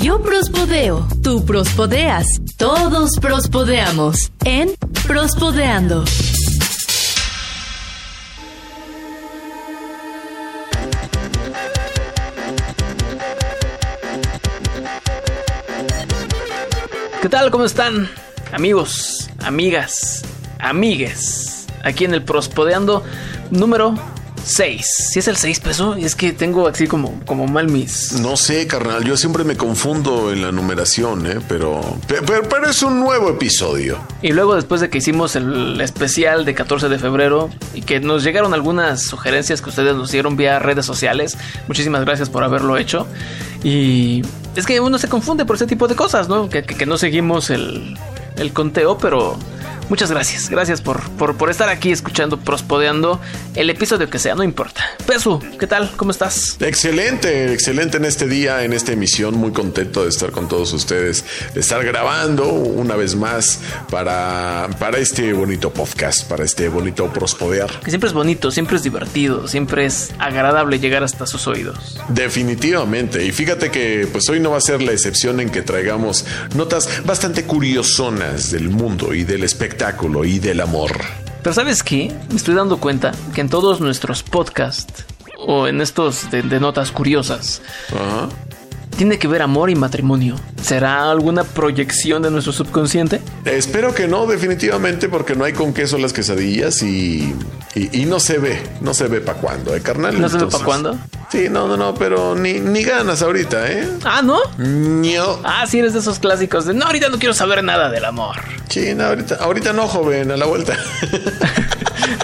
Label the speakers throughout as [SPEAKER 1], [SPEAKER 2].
[SPEAKER 1] Yo prospodeo, tú prospodeas, todos prospodeamos en Prospodeando.
[SPEAKER 2] ¿Qué tal? ¿Cómo están? Amigos, amigas, amigues. Aquí en el Prospodeando número 6. Si es el 6 peso, es que tengo así como, como mal mis.
[SPEAKER 3] No sé, carnal, yo siempre me confundo en la numeración, ¿eh? pero, pe- pe- pero, es un nuevo episodio.
[SPEAKER 2] Y luego, después de que hicimos el especial de 14 de febrero y que nos llegaron algunas sugerencias que ustedes nos dieron vía redes sociales, muchísimas gracias por haberlo hecho. Y es que uno se confunde por ese tipo de cosas, ¿no? Que, que- que no seguimos el, el conteo, pero muchas gracias. Gracias por, por, por estar aquí escuchando, prospodeando el episodio que sea, no importa. Pesu, ¿qué tal? ¿Cómo estás?
[SPEAKER 3] Excelente, excelente en este día, en esta emisión. Muy contento de estar con todos ustedes, de estar grabando una vez más para, para este bonito podcast, para este bonito prospodear.
[SPEAKER 2] Que siempre es bonito, siempre es divertido, siempre es agradable llegar hasta sus oídos.
[SPEAKER 3] Definitivamente. Y fíjate que pues hoy no va a ser la excepción en que traigamos notas bastante curiosonas del mundo y del espectáculo y del amor.
[SPEAKER 2] Pero ¿sabes qué? Me estoy dando cuenta que en todos nuestros podcasts o en estos de, de notas curiosas
[SPEAKER 3] Ajá.
[SPEAKER 2] tiene que ver amor y matrimonio. ¿Será alguna proyección de nuestro subconsciente?
[SPEAKER 3] Espero que no, definitivamente, porque no hay con queso las quesadillas y, y, y no se ve, no se ve para cuándo, ¿eh, carnal?
[SPEAKER 2] ¿No se ve pa'
[SPEAKER 3] Entonces-
[SPEAKER 2] cuándo?
[SPEAKER 3] Sí, no, no, no, pero ni, ni ganas ahorita, ¿eh?
[SPEAKER 2] Ah, ¿no?
[SPEAKER 3] No.
[SPEAKER 2] Ah, sí, eres de esos clásicos de no, ahorita no quiero saber nada del amor.
[SPEAKER 3] Sí, no, ahorita, ahorita no, joven, a la vuelta.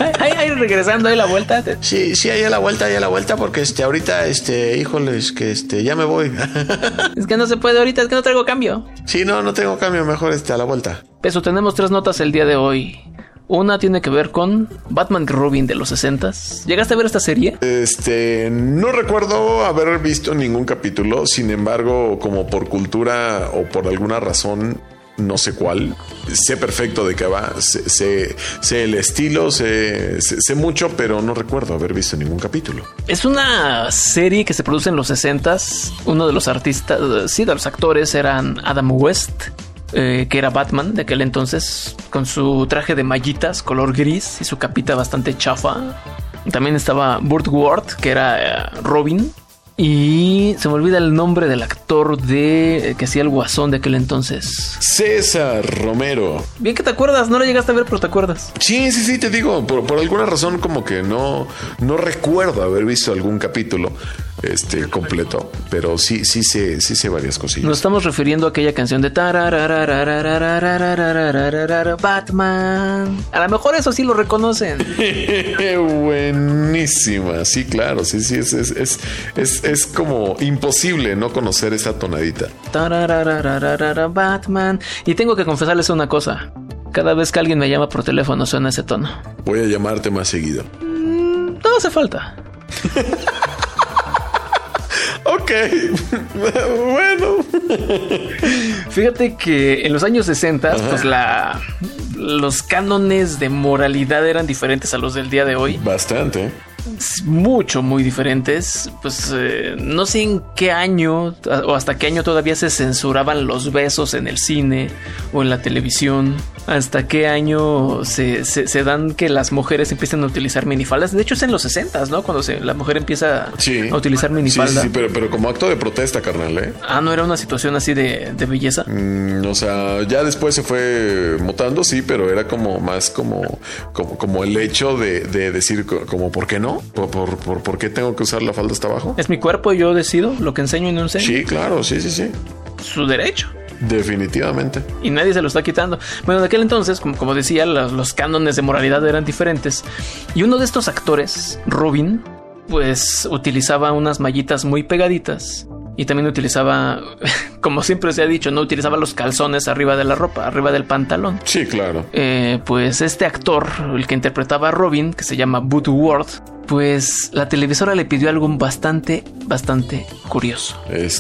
[SPEAKER 2] Ahí, ahí, ahí, regresando ahí la vuelta. te-
[SPEAKER 3] Sí, sí, ahí a la vuelta, ahí a la vuelta, porque este, ahorita, este, híjoles, que este, ya me voy.
[SPEAKER 2] Es que no se puede ahorita, es que no traigo cambio.
[SPEAKER 3] Sí, no, no tengo cambio, mejor este, a la vuelta.
[SPEAKER 2] Peso, tenemos tres notas el día de hoy. Una tiene que ver con Batman y Robin de los 60s. ¿Llegaste a ver esta serie?
[SPEAKER 3] Este, no recuerdo haber visto ningún capítulo, sin embargo, como por cultura o por alguna razón, no sé cuál, sé perfecto de qué va, sé, sé- sé el estilo, sé, sé- sé mucho, pero no recuerdo haber visto ningún capítulo.
[SPEAKER 2] Es una serie que se produce en los 60s. Uno de los artistas, sí, de los actores eran Adam West, eh, que era Batman de aquel entonces, con su traje de mallitas color gris y su capita bastante chafa. También estaba Burt Ward, que era eh, Robin. Y se me olvida el nombre del actor de eh, que hacía el guasón de aquel entonces.
[SPEAKER 3] César Romero.
[SPEAKER 2] Bien que te acuerdas, no lo llegaste a ver, pero te acuerdas.
[SPEAKER 3] Sí, sí, sí, te digo, por, por alguna razón como que no, no recuerdo haber visto algún capítulo este, completo, pero sí, sí sé, sí sé varias cosillas.
[SPEAKER 2] Nos estamos refiriendo a aquella canción de tarararararararararararararararararara, Batman. A lo mejor eso sí lo reconocen.
[SPEAKER 3] Buenísima, sí, claro, sí, sí, es, es, es, es, es como imposible no conocer esa tonadita.
[SPEAKER 2] Tararararararara, Batman. Y tengo que confesarles una cosa. Cada vez que alguien me llama por teléfono suena ese tono.
[SPEAKER 3] Voy a llamarte más seguido.
[SPEAKER 2] No hace falta.
[SPEAKER 3] Ok, bueno.
[SPEAKER 2] Fíjate que en los años 60, pues la los cánones de moralidad eran diferentes a los del día de hoy.
[SPEAKER 3] Bastante.
[SPEAKER 2] mucho, muy diferentes. Pues eh, no sé en qué año a- o hasta qué año todavía se censuraban los besos en el cine o en la televisión. Hasta qué año se, se- se dan que las mujeres empiezan a utilizar minifaldas. De hecho, es en los 60, ¿no? Cuando se- la mujer empieza
[SPEAKER 3] Sí.
[SPEAKER 2] a utilizar
[SPEAKER 3] Sí, sí,
[SPEAKER 2] minifalda.
[SPEAKER 3] sí, pero, pero como acto de protesta, carnal, ¿eh?
[SPEAKER 2] Ah, no era una situación así de, de belleza.
[SPEAKER 3] Mm, o sea, ya después se fue mutando, sí, pero era como más como, como, como el hecho de, de decir, co- como, ¿por qué no? ¿Por, por, por, por qué tengo que usar la falda hasta abajo?
[SPEAKER 2] Es mi cuerpo, yo decido lo que enseño y no enseño.
[SPEAKER 3] Sí, claro, sí, sí, sí.
[SPEAKER 2] Su derecho.
[SPEAKER 3] Definitivamente.
[SPEAKER 2] y nadie se lo está quitando. Bueno, en aquel entonces, como, como decía, los, los cánones de moralidad eran diferentes. Y uno de estos actores, Robin, pues utilizaba unas mallitas muy pegaditas. Y también utilizaba, como siempre se ha dicho, no utilizaba los calzones arriba de la ropa, arriba del pantalón.
[SPEAKER 3] Sí, claro.
[SPEAKER 2] Eh, pues este actor, el que interpretaba a Robin, que se llama Woodward, pues la televisora le pidió algo bastante, bastante curioso.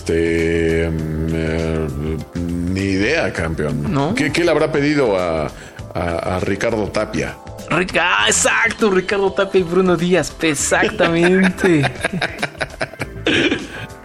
[SPEAKER 3] Este. mm, eh, ni idea, campeón.
[SPEAKER 2] ¿No?
[SPEAKER 3] ¿Qué, qué le habrá pedido a, a- a Ricardo Tapia?
[SPEAKER 2] Rica, ah, exacto, Ricardo Tapia y Bruno Díaz, exactamente.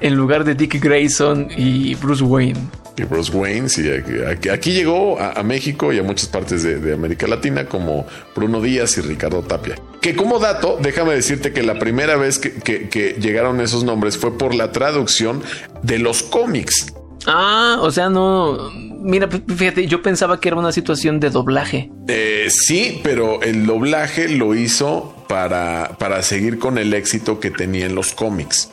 [SPEAKER 2] en lugar de Dick Grayson y Bruce Wayne.
[SPEAKER 3] Y Bruce Wayne, sí, aquí, aquí llegó a, a, México y a muchas partes de, de, América Latina, como Bruno Díaz y Ricardo Tapia. Que como dato, déjame decirte que la primera vez que, que, que llegaron esos nombres fue por la traducción de los cómics.
[SPEAKER 2] Ah, o sea, no. Mira, pues, fíjate, yo pensaba que era una situación de doblaje.
[SPEAKER 3] Eh, sí, pero el doblaje lo hizo para, para seguir con el éxito que tenía en los cómics.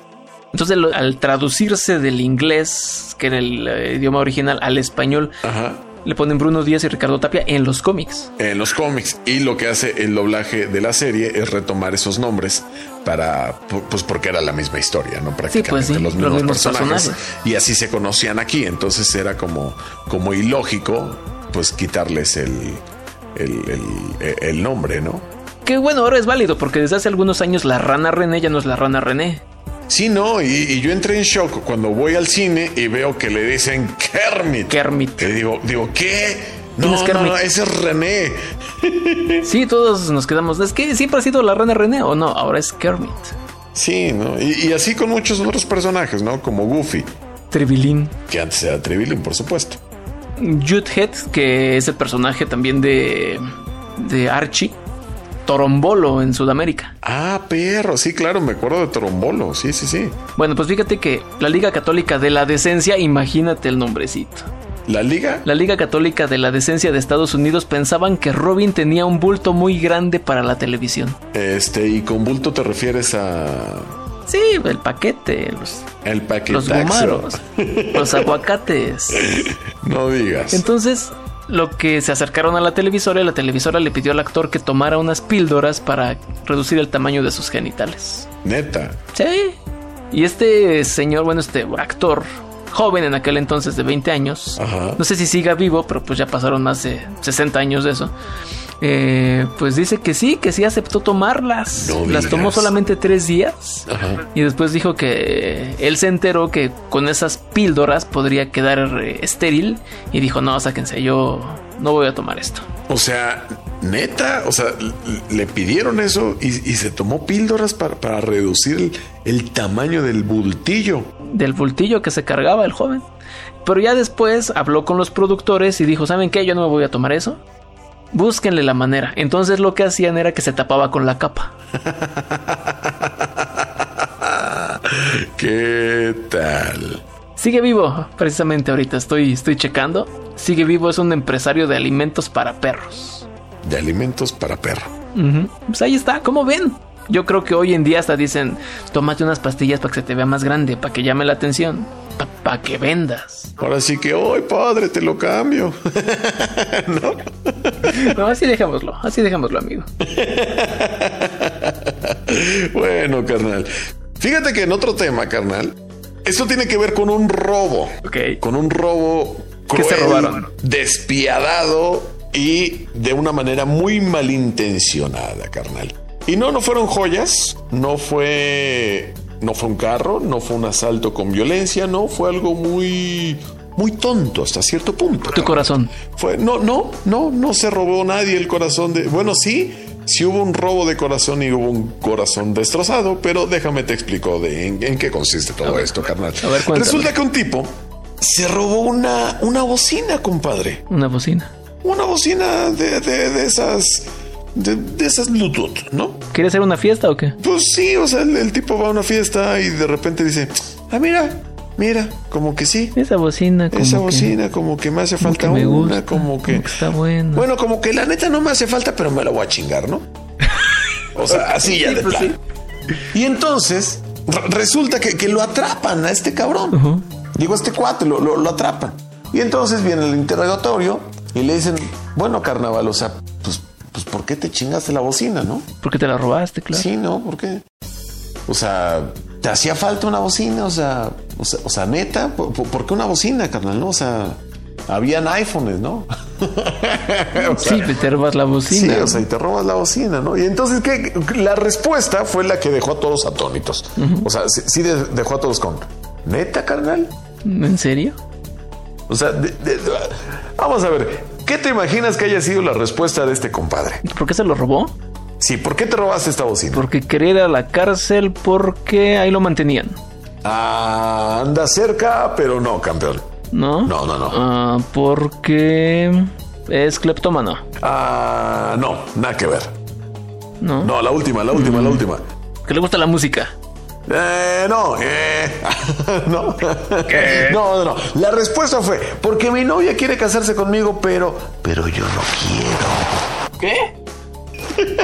[SPEAKER 2] Entonces, lo, al traducirse del inglés, que en el eh, idioma original, al español, Ajá. le ponen Bruno Díaz y Ricardo Tapia en los cómics.
[SPEAKER 3] En los cómics. Y lo que hace el doblaje de la serie es retomar esos nombres para, pues porque era la misma historia, ¿no? Prácticamente sí, pues sí, los mismos, los mismos personajes, personajes, Y así se conocían aquí. Entonces era como, como ilógico, pues quitarles el, el, el, el nombre, ¿no?
[SPEAKER 2] Que bueno, ahora es válido porque desde hace algunos años la rana René ya no es la rana René.
[SPEAKER 3] Sí, no, y, y, yo entré en shock cuando voy al cine y veo que le dicen Kermit.
[SPEAKER 2] Kermit.
[SPEAKER 3] Y digo, digo, ¿qué? No, es Kermit? no, no, ese es René.
[SPEAKER 2] Sí, todos nos quedamos. Es que siempre ha sido la rana René o no, ahora es Kermit.
[SPEAKER 3] Sí, ¿no? Y, y así con muchos otros personajes, ¿no? Como Goofy.
[SPEAKER 2] Trevilín.
[SPEAKER 3] Que antes era Trevilín, por supuesto.
[SPEAKER 2] Jude Head, que es el personaje también de, de Archie. Torombolo en Sudamérica.
[SPEAKER 3] Ah, perro, sí, claro, me acuerdo de Torombolo, sí, sí, sí.
[SPEAKER 2] Bueno, pues fíjate que la Liga Católica de la Decencia, imagínate el nombrecito.
[SPEAKER 3] ¿La Liga?
[SPEAKER 2] La Liga Católica de la Decencia de Estados Unidos pensaban que Robin tenía un bulto muy grande para la televisión.
[SPEAKER 3] Este, ¿y con bulto te refieres a...?
[SPEAKER 2] Sí, el paquete, los,
[SPEAKER 3] el paquete
[SPEAKER 2] los gomaros, los aguacates.
[SPEAKER 3] No digas.
[SPEAKER 2] Entonces, lo que se acercaron a la televisora y la televisora le pidió al actor que tomara unas píldoras para reducir el tamaño de sus genitales.
[SPEAKER 3] Neta.
[SPEAKER 2] Sí. Y este señor, bueno, este actor joven en aquel entonces de 20 años, Ajá. no sé si siga vivo, pero pues ya pasaron más de 60 años de eso. Eh, pues dice que sí, que sí aceptó tomarlas. No las digas. tomó solamente tres días. Ajá. Y después dijo que él se enteró que con esas píldoras podría quedar eh, estéril. Y dijo, no, sáquense, yo no voy a tomar esto.
[SPEAKER 3] O sea, neta, o sea, le pidieron eso y, y se tomó píldoras para, para reducir el, el tamaño del bultillo.
[SPEAKER 2] Del bultillo que se cargaba el joven. Pero ya después habló con los productores y dijo, ¿saben qué? Yo no me voy a tomar eso búsquenle la manera. Entonces lo que hacían era que se tapaba con la capa.
[SPEAKER 3] ¿Qué tal?
[SPEAKER 2] Sigue vivo, precisamente ahorita estoy, estoy checando. Sigue vivo, es un empresario de alimentos para perros.
[SPEAKER 3] De alimentos para perro.
[SPEAKER 2] Uh -huh. Pues ahí está, ¿cómo ven? Yo creo que hoy en día hasta dicen, tómate unas pastillas para que se te vea más grande, para que llame la atención, para pa que vendas.
[SPEAKER 3] Ahora sí que, hoy padre, te lo cambio.
[SPEAKER 2] ¿No? no, así dejémoslo, así dejémoslo, amigo.
[SPEAKER 3] bueno, carnal. Fíjate que en otro tema, carnal, esto tiene que ver con un robo.
[SPEAKER 2] Ok.
[SPEAKER 3] Con un robo
[SPEAKER 2] cruel, que se robaron.
[SPEAKER 3] Despiadado y de una manera muy malintencionada, carnal. Y no, no fueron joyas, no fue, no fue un carro, no fue un asalto con violencia, no fue algo muy, muy tonto hasta cierto punto.
[SPEAKER 2] Tu corazón.
[SPEAKER 3] Fue, no, no, no, no se robó nadie el corazón de, bueno, sí, sí hubo un robo de corazón y hubo un corazón destrozado, pero déjame te explico de en, en qué consiste todo ver, esto, carnal. A ver, Resulta que un tipo se robó una, una bocina, compadre.
[SPEAKER 2] Una bocina.
[SPEAKER 3] Una bocina de, de, de esas. De, de, esas Bluetooth, ¿no?
[SPEAKER 2] ¿Quiere hacer una fiesta o qué?
[SPEAKER 3] Pues sí, o sea, el, el, tipo va a una fiesta y de repente dice, ah, mira, mira, como que sí.
[SPEAKER 2] Esa bocina,
[SPEAKER 3] como Esa bocina, que, como que me hace falta como me una, gusta, como que... Como que
[SPEAKER 2] está bueno.
[SPEAKER 3] Bueno, como que la neta no me hace falta, pero me la voy a chingar, ¿no? o sea, así ya sí, de pues plan. Sí. Y entonces, resulta que, que, lo atrapan a este cabrón. Uh -huh. Digo, a este cuate, lo, lo, lo atrapan. Y entonces viene el interrogatorio y le dicen, bueno, carnaval, o sea, pues pues ¿por qué te chingaste la bocina, no?
[SPEAKER 2] Porque te la robaste, claro.
[SPEAKER 3] Sí, no, ¿por qué? O sea, te hacía falta una bocina, o sea, o sea, o sea neta, ¿por, ¿por, qué una bocina, carnal? No, o sea, habían iPhones, ¿no?
[SPEAKER 2] o sea, sí, te robas la bocina.
[SPEAKER 3] Sí, o sea, y te robas la bocina, ¿no? Y entonces, ¿qué? La respuesta fue la que dejó a todos atónitos. Uh -huh. O sea, sí, sí, dejó a todos con, ¿neta, carnal?
[SPEAKER 2] ¿En serio?
[SPEAKER 3] O sea, de, de, de, vamos a ver, ¿Qué te imaginas que haya sido la respuesta de este compadre?
[SPEAKER 2] ¿Por qué se lo robó?
[SPEAKER 3] Sí, ¿por qué te robaste esta bocina?
[SPEAKER 2] Porque quería ir a la cárcel porque ahí lo mantenían.
[SPEAKER 3] Ah, anda cerca, pero no, campeón.
[SPEAKER 2] ¿No?
[SPEAKER 3] No, no, no.
[SPEAKER 2] Ah, porque es cleptómano.
[SPEAKER 3] Ah, no, nada que ver.
[SPEAKER 2] ¿No?
[SPEAKER 3] No, la última, la última, la última.
[SPEAKER 2] Que le gusta la música.
[SPEAKER 3] Eh, no, eh, no. no, no, no. La respuesta fue porque mi novia quiere casarse conmigo, pero, pero yo no quiero.
[SPEAKER 2] ¿Qué?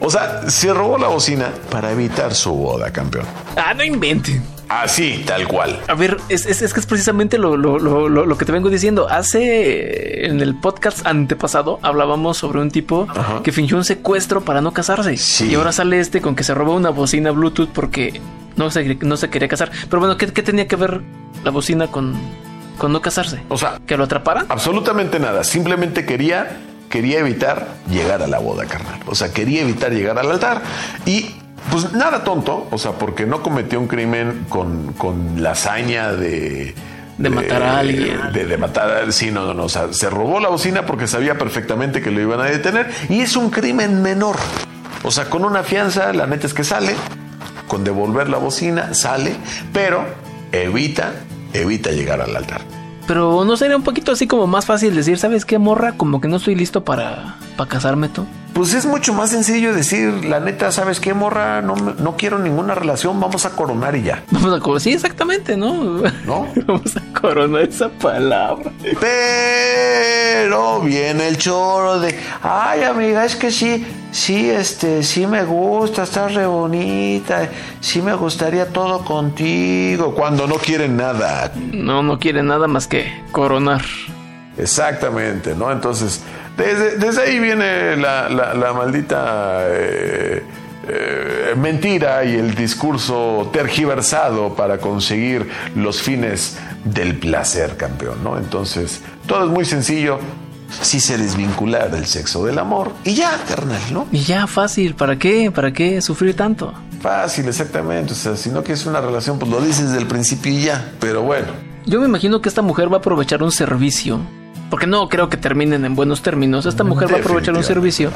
[SPEAKER 3] O sea, se robó la bocina para evitar su boda, campeón.
[SPEAKER 2] Ah, no inventen.
[SPEAKER 3] Así, tal cual.
[SPEAKER 2] A ver, es, es- es que es precisamente lo, lo- lo- lo- lo que te vengo diciendo. Hace eh, en el podcast antepasado hablábamos sobre un tipo
[SPEAKER 3] Ajá.
[SPEAKER 2] que fingió un secuestro para no casarse.
[SPEAKER 3] Sí.
[SPEAKER 2] Y ahora sale este con que se robó una bocina Bluetooth porque no se, no se quería casar. Pero bueno, ¿qué, qué tenía que ver la bocina con, con no casarse?
[SPEAKER 3] O sea,
[SPEAKER 2] ¿Que lo atraparan?
[SPEAKER 3] absolutamente nada. Simplemente quería, quería evitar llegar a la boda, carnal. O sea, quería evitar llegar al altar. Y pues nada tonto, o sea, porque no cometió un crimen con, con la hazaña de...
[SPEAKER 2] De matar a alguien.
[SPEAKER 3] De, de matar a Sí, no, no, no. O sea, se robó la bocina porque sabía perfectamente que lo iban a detener. Y es un crimen menor. O sea, con una fianza, la neta es que sale. Con devolver la bocina, sale. Pero evita, evita llegar al altar.
[SPEAKER 2] Pero no sería un poquito así como más fácil decir, ¿sabes qué, morra? Como que no estoy listo para, para casarme tú.
[SPEAKER 3] Pues es mucho más sencillo decir, la neta, ¿sabes qué, morra? No, me- no quiero ninguna relación, vamos a coronar y ya.
[SPEAKER 2] Vamos a coronar. Sí, exactamente, ¿no?
[SPEAKER 3] ¿No?
[SPEAKER 2] Vamos a coronar esa palabra.
[SPEAKER 3] Pero viene el choro de, ay, amiga, es que sí, sí, este, sí me gusta, estás re bonita, sí me gustaría todo contigo, cuando no quieren nada.
[SPEAKER 2] No, no quiere nada más que coronar.
[SPEAKER 3] Exactamente, ¿no? Entonces, desde, desde ahí viene la, la- la maldita eh, eh, mentira y el discurso tergiversado para conseguir los fines del placer, campeón, ¿no? Entonces, todo es muy sencillo. Si se desvincular del sexo del amor. Y ya, carnal, ¿no?
[SPEAKER 2] Y ya, fácil. ¿Para qué? ¿Para qué sufrir tanto?
[SPEAKER 3] Fácil, exactamente. O sea, si no quieres una relación, pues lo dices desde el principio y ya. Pero bueno.
[SPEAKER 2] Yo me imagino que esta mujer va a aprovechar un servicio. Porque no creo que terminen en buenos términos. Esta mujer va a aprovechar un servicio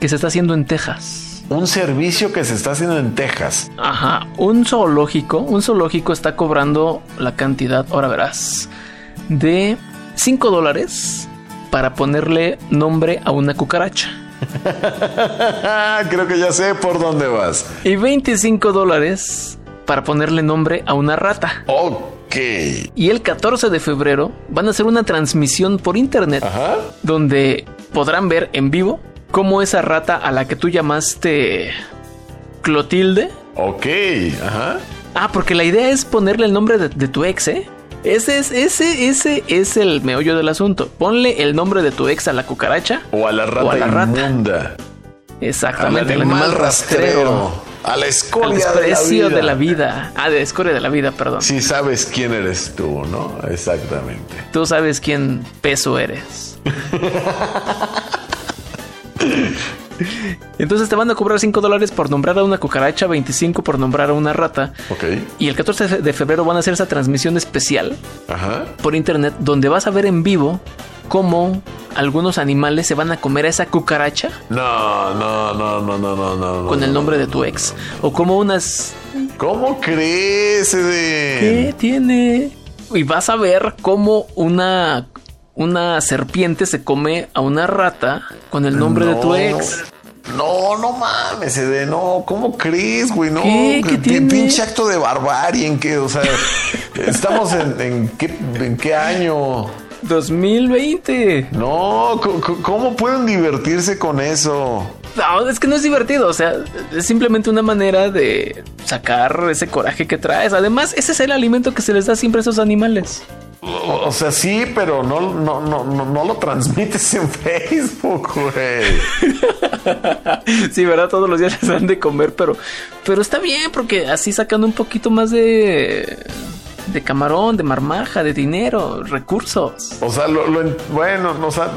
[SPEAKER 2] que se está haciendo en Texas.
[SPEAKER 3] Un servicio que se está haciendo en Texas.
[SPEAKER 2] Ajá. Un zoológico. Un zoológico está cobrando la cantidad, ahora verás, de 5 dólares para ponerle nombre a una cucaracha.
[SPEAKER 3] Creo que ya sé por dónde vas.
[SPEAKER 2] Y 25 dólares para ponerle nombre a una rata.
[SPEAKER 3] Ok.
[SPEAKER 2] Y el 14 de febrero van a hacer una transmisión por internet
[SPEAKER 3] Ajá.
[SPEAKER 2] donde podrán ver en vivo cómo esa rata a la que tú llamaste Clotilde.
[SPEAKER 3] Ok. Ajá.
[SPEAKER 2] Ah, porque la idea es ponerle el nombre de, de tu ex, ¿eh? Ese es, ese, ese es el meollo del asunto. Ponle el nombre de tu ex a la cucaracha.
[SPEAKER 3] O a la rata
[SPEAKER 2] O a la rata.
[SPEAKER 3] inmunda. A la
[SPEAKER 2] Exactamente,
[SPEAKER 3] del
[SPEAKER 2] el
[SPEAKER 3] mal
[SPEAKER 2] animal
[SPEAKER 3] rastrero.
[SPEAKER 2] rastrero.
[SPEAKER 3] A la
[SPEAKER 2] Al
[SPEAKER 3] escoria
[SPEAKER 2] desprecio
[SPEAKER 3] de la vida.
[SPEAKER 2] Ah, de escoria de la vida, perdón.
[SPEAKER 3] Si sabes quién eres tú, ¿no? Exactamente.
[SPEAKER 2] Tú sabes quién peso eres. Entonces te van a cobrar 5 dólares por nombrar a una cucaracha, 25 por nombrar a una rata.
[SPEAKER 3] Ok.
[SPEAKER 2] Y el 14 de febrero van a hacer esa transmisión especial
[SPEAKER 3] Ajá.
[SPEAKER 2] por internet donde vas a ver en vivo cómo algunos animales se van a comer a esa cucaracha
[SPEAKER 3] No, no, no, no, no, no, no. no.
[SPEAKER 2] con el nombre de tu ex. O como unas...
[SPEAKER 3] ¿Cómo crees,
[SPEAKER 2] ¿Qué
[SPEAKER 3] Eden?
[SPEAKER 2] tiene? Y vas a ver cómo una... Una serpiente se come a una rata con el nombre de tu
[SPEAKER 3] No,
[SPEAKER 2] ex.
[SPEAKER 3] No, no mames, Eden. No, ¿cómo crees, güey? No,
[SPEAKER 2] ¿Qué? ¿Qué tiene?
[SPEAKER 3] pinche acto de barbarie en que, o sea, estamos en, en qué, en qué año.
[SPEAKER 2] 2020.
[SPEAKER 3] No, co- co- ¿cómo pueden divertirse con eso?
[SPEAKER 2] No, es que no es divertido. O sea, es simplemente una manera de sacar ese coraje que traes. Además, ese es el alimento que se les da siempre a esos animales.
[SPEAKER 3] O, o sea, sí, pero no, no, no, no, no lo transmites en Facebook, güey.
[SPEAKER 2] Sí, ¿verdad? Todos los días les dan de comer, pero, pero está bien porque así sacan un poquito más de, de camarón, de marmaja, de dinero, recursos.
[SPEAKER 3] O sea, lo, lo en- bueno, no, o sea,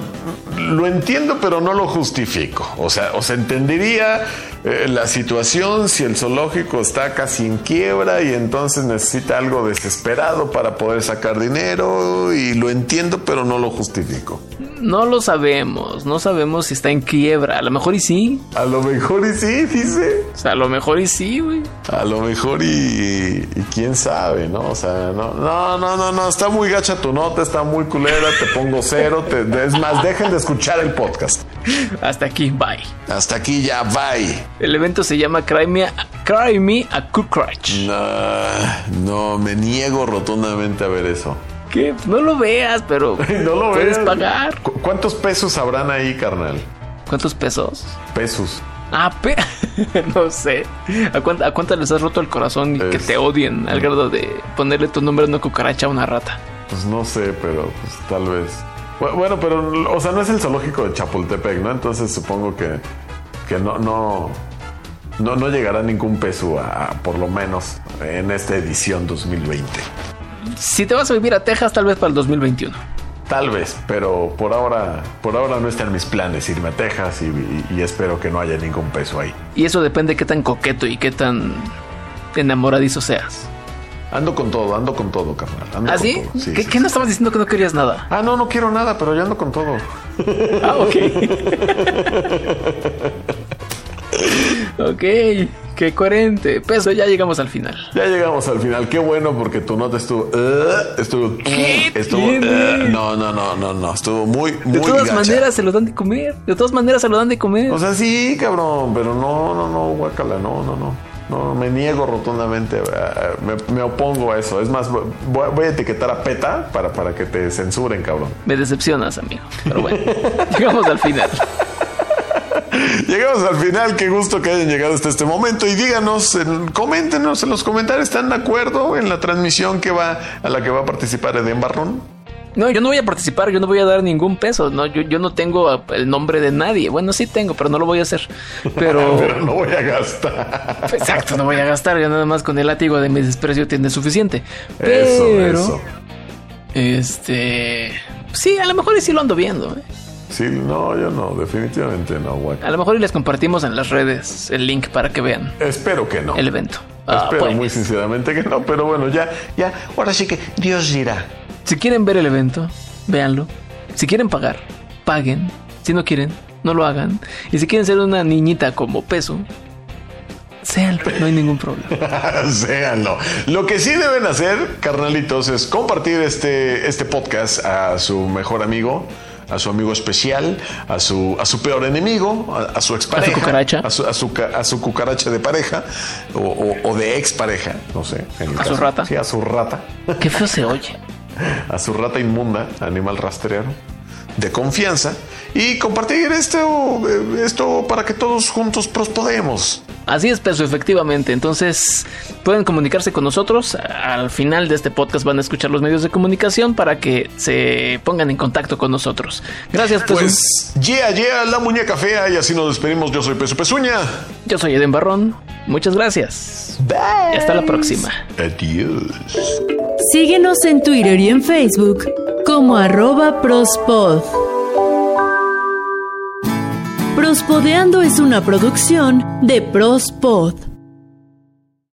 [SPEAKER 3] lo entiendo, pero no lo justifico. O sea, o sea, entendería eh, la situación, si el zoológico está casi en quiebra y entonces necesita algo desesperado para poder sacar dinero y lo entiendo, pero no lo justifico.
[SPEAKER 2] No lo sabemos, no sabemos si está en quiebra. A lo mejor y sí.
[SPEAKER 3] A lo mejor y sí, dice.
[SPEAKER 2] O sea, a lo mejor y sí, güey.
[SPEAKER 3] A lo mejor y, y quién sabe, ¿no? O sea, no, no, no, no, no, está muy gacha tu nota, está muy culera, te pongo cero, te, es más, dejen de escuchar el podcast.
[SPEAKER 2] Hasta aquí, bye.
[SPEAKER 3] Hasta aquí ya, bye.
[SPEAKER 2] El evento se llama Cry Me, Cry Me a Cockroach.
[SPEAKER 3] No, no, me niego rotundamente a ver eso.
[SPEAKER 2] ¿Qué? No lo veas, pero
[SPEAKER 3] No lo
[SPEAKER 2] puedes
[SPEAKER 3] veas.
[SPEAKER 2] pagar.
[SPEAKER 3] ¿Cu- ¿Cuántos pesos habrán ahí, carnal?
[SPEAKER 2] ¿Cuántos pesos?
[SPEAKER 3] Pesos.
[SPEAKER 2] Ah, pe- no sé. ¿A cuánta- a cuántas les has roto el corazón y que
[SPEAKER 3] Es-
[SPEAKER 2] te odien al grado de ponerle tu nombre a una cucaracha a una rata?
[SPEAKER 3] Pues no sé, pero pues, tal vez. Bu- Bueno, pero, o sea, no es el zoológico de Chapultepec, ¿no? Entonces supongo que, que no, no, no, no llegará ningún peso, a, a- por lo menos, en esta edición 2020.
[SPEAKER 2] Si te vas a vivir a Texas, tal vez para el 2021.
[SPEAKER 3] Tal vez, pero por ahora, por ahora no están mis planes irme a Texas y, y- y espero que no haya ningún peso ahí.
[SPEAKER 2] Y eso depende de qué tan coqueto y qué tan enamoradizo seas.
[SPEAKER 3] Ando con todo, ando con todo, carnal. ando
[SPEAKER 2] ¿Ah,
[SPEAKER 3] con
[SPEAKER 2] sí?
[SPEAKER 3] todo. Sí,
[SPEAKER 2] ¿Qué,
[SPEAKER 3] sí,
[SPEAKER 2] qué no estabas diciendo que no querías nada?
[SPEAKER 3] Ah, no, no quiero nada, pero yo ando con todo.
[SPEAKER 2] Ah, ok. ok, qué coherente. Peso, ya llegamos al final.
[SPEAKER 3] Ya llegamos al final. Qué bueno porque tu nota estuvo. eh, estuvo.
[SPEAKER 2] ¿Qué
[SPEAKER 3] estuvo.
[SPEAKER 2] tiene?
[SPEAKER 3] eh, no, no, no, no, no. Estuvo muy, muy.
[SPEAKER 2] De todas
[SPEAKER 3] gacha.
[SPEAKER 2] maneras se lo dan de comer. De todas maneras se lo dan de comer.
[SPEAKER 3] O sea, sí, cabrón, pero no, no, no, guácala, no, no, no. No, me niego rotundamente, eh, me, me opongo a eso. Es más, voy, voy a etiquetar a PETA para, para que te censuren, cabrón.
[SPEAKER 2] Me decepcionas, amigo. Pero bueno, llegamos al final.
[SPEAKER 3] Llegamos al final, qué gusto que hayan llegado hasta este momento y díganos, en- coméntenos en los comentarios, ¿están de acuerdo en la transmisión que va a la que va a participar Eden Barrón?
[SPEAKER 2] No, yo no voy a participar, yo no voy a dar ningún peso. No, yo, yo no tengo el nombre de nadie. Bueno, sí tengo, pero no lo voy a hacer. Pero,
[SPEAKER 3] Pero no voy a gastar.
[SPEAKER 2] exacto, no voy a gastar. Ya nada más con el látigo de mi desprecio tiene suficiente.
[SPEAKER 3] Eso,
[SPEAKER 2] Pero,
[SPEAKER 3] eso.
[SPEAKER 2] este, sí, a lo mejor y sí lo ando viendo. ¿eh?
[SPEAKER 3] Sí, no, yo no, definitivamente no, güey.
[SPEAKER 2] A lo mejor y les compartimos en las redes el link para que vean
[SPEAKER 3] Espero que no.
[SPEAKER 2] el evento. Ah,
[SPEAKER 3] Espero
[SPEAKER 2] pues,
[SPEAKER 3] muy sinceramente que no, pero bueno, ya, ya, ahora sí que Dios dirá.
[SPEAKER 2] Si quieren ver el evento, véanlo. Si quieren pagar, paguen. Si no quieren, no lo hagan. Y si quieren ser una niñita como peso, seanlo, no hay ningún problema.
[SPEAKER 3] Séanlo. Lo que sí deben hacer, carnalitos, es compartir este, este podcast a su mejor amigo, a su amigo especial, a su, a su peor enemigo, a, a su expareja.
[SPEAKER 2] cucaracha.
[SPEAKER 3] A su, a su ca- a su cucaracha de pareja o, o- o de expareja, no sé. en el
[SPEAKER 2] A su rata.
[SPEAKER 3] Sí, a su rata.
[SPEAKER 2] Qué feo se oye.
[SPEAKER 3] a su rata inmunda, animal rastrero, de confianza, y compartir esto, eh, esto para que todos juntos prospodemos.
[SPEAKER 2] Así es, peso, efectivamente. Entonces, pueden comunicarse con nosotros. Al final de este podcast van a escuchar los medios de comunicación para que se pongan en contacto con nosotros. Gracias, peso.
[SPEAKER 3] Pues, yeah, yeah, la muñeca fea, y así nos despedimos. Yo soy Peso Pezuña.
[SPEAKER 2] Yo soy Eden Barrón. Muchas gracias. Y hasta la próxima.
[SPEAKER 3] Adiós.
[SPEAKER 1] Síguenos en Twitter y en Facebook como arroba prospod. Prospodeando es una producción de Prospod.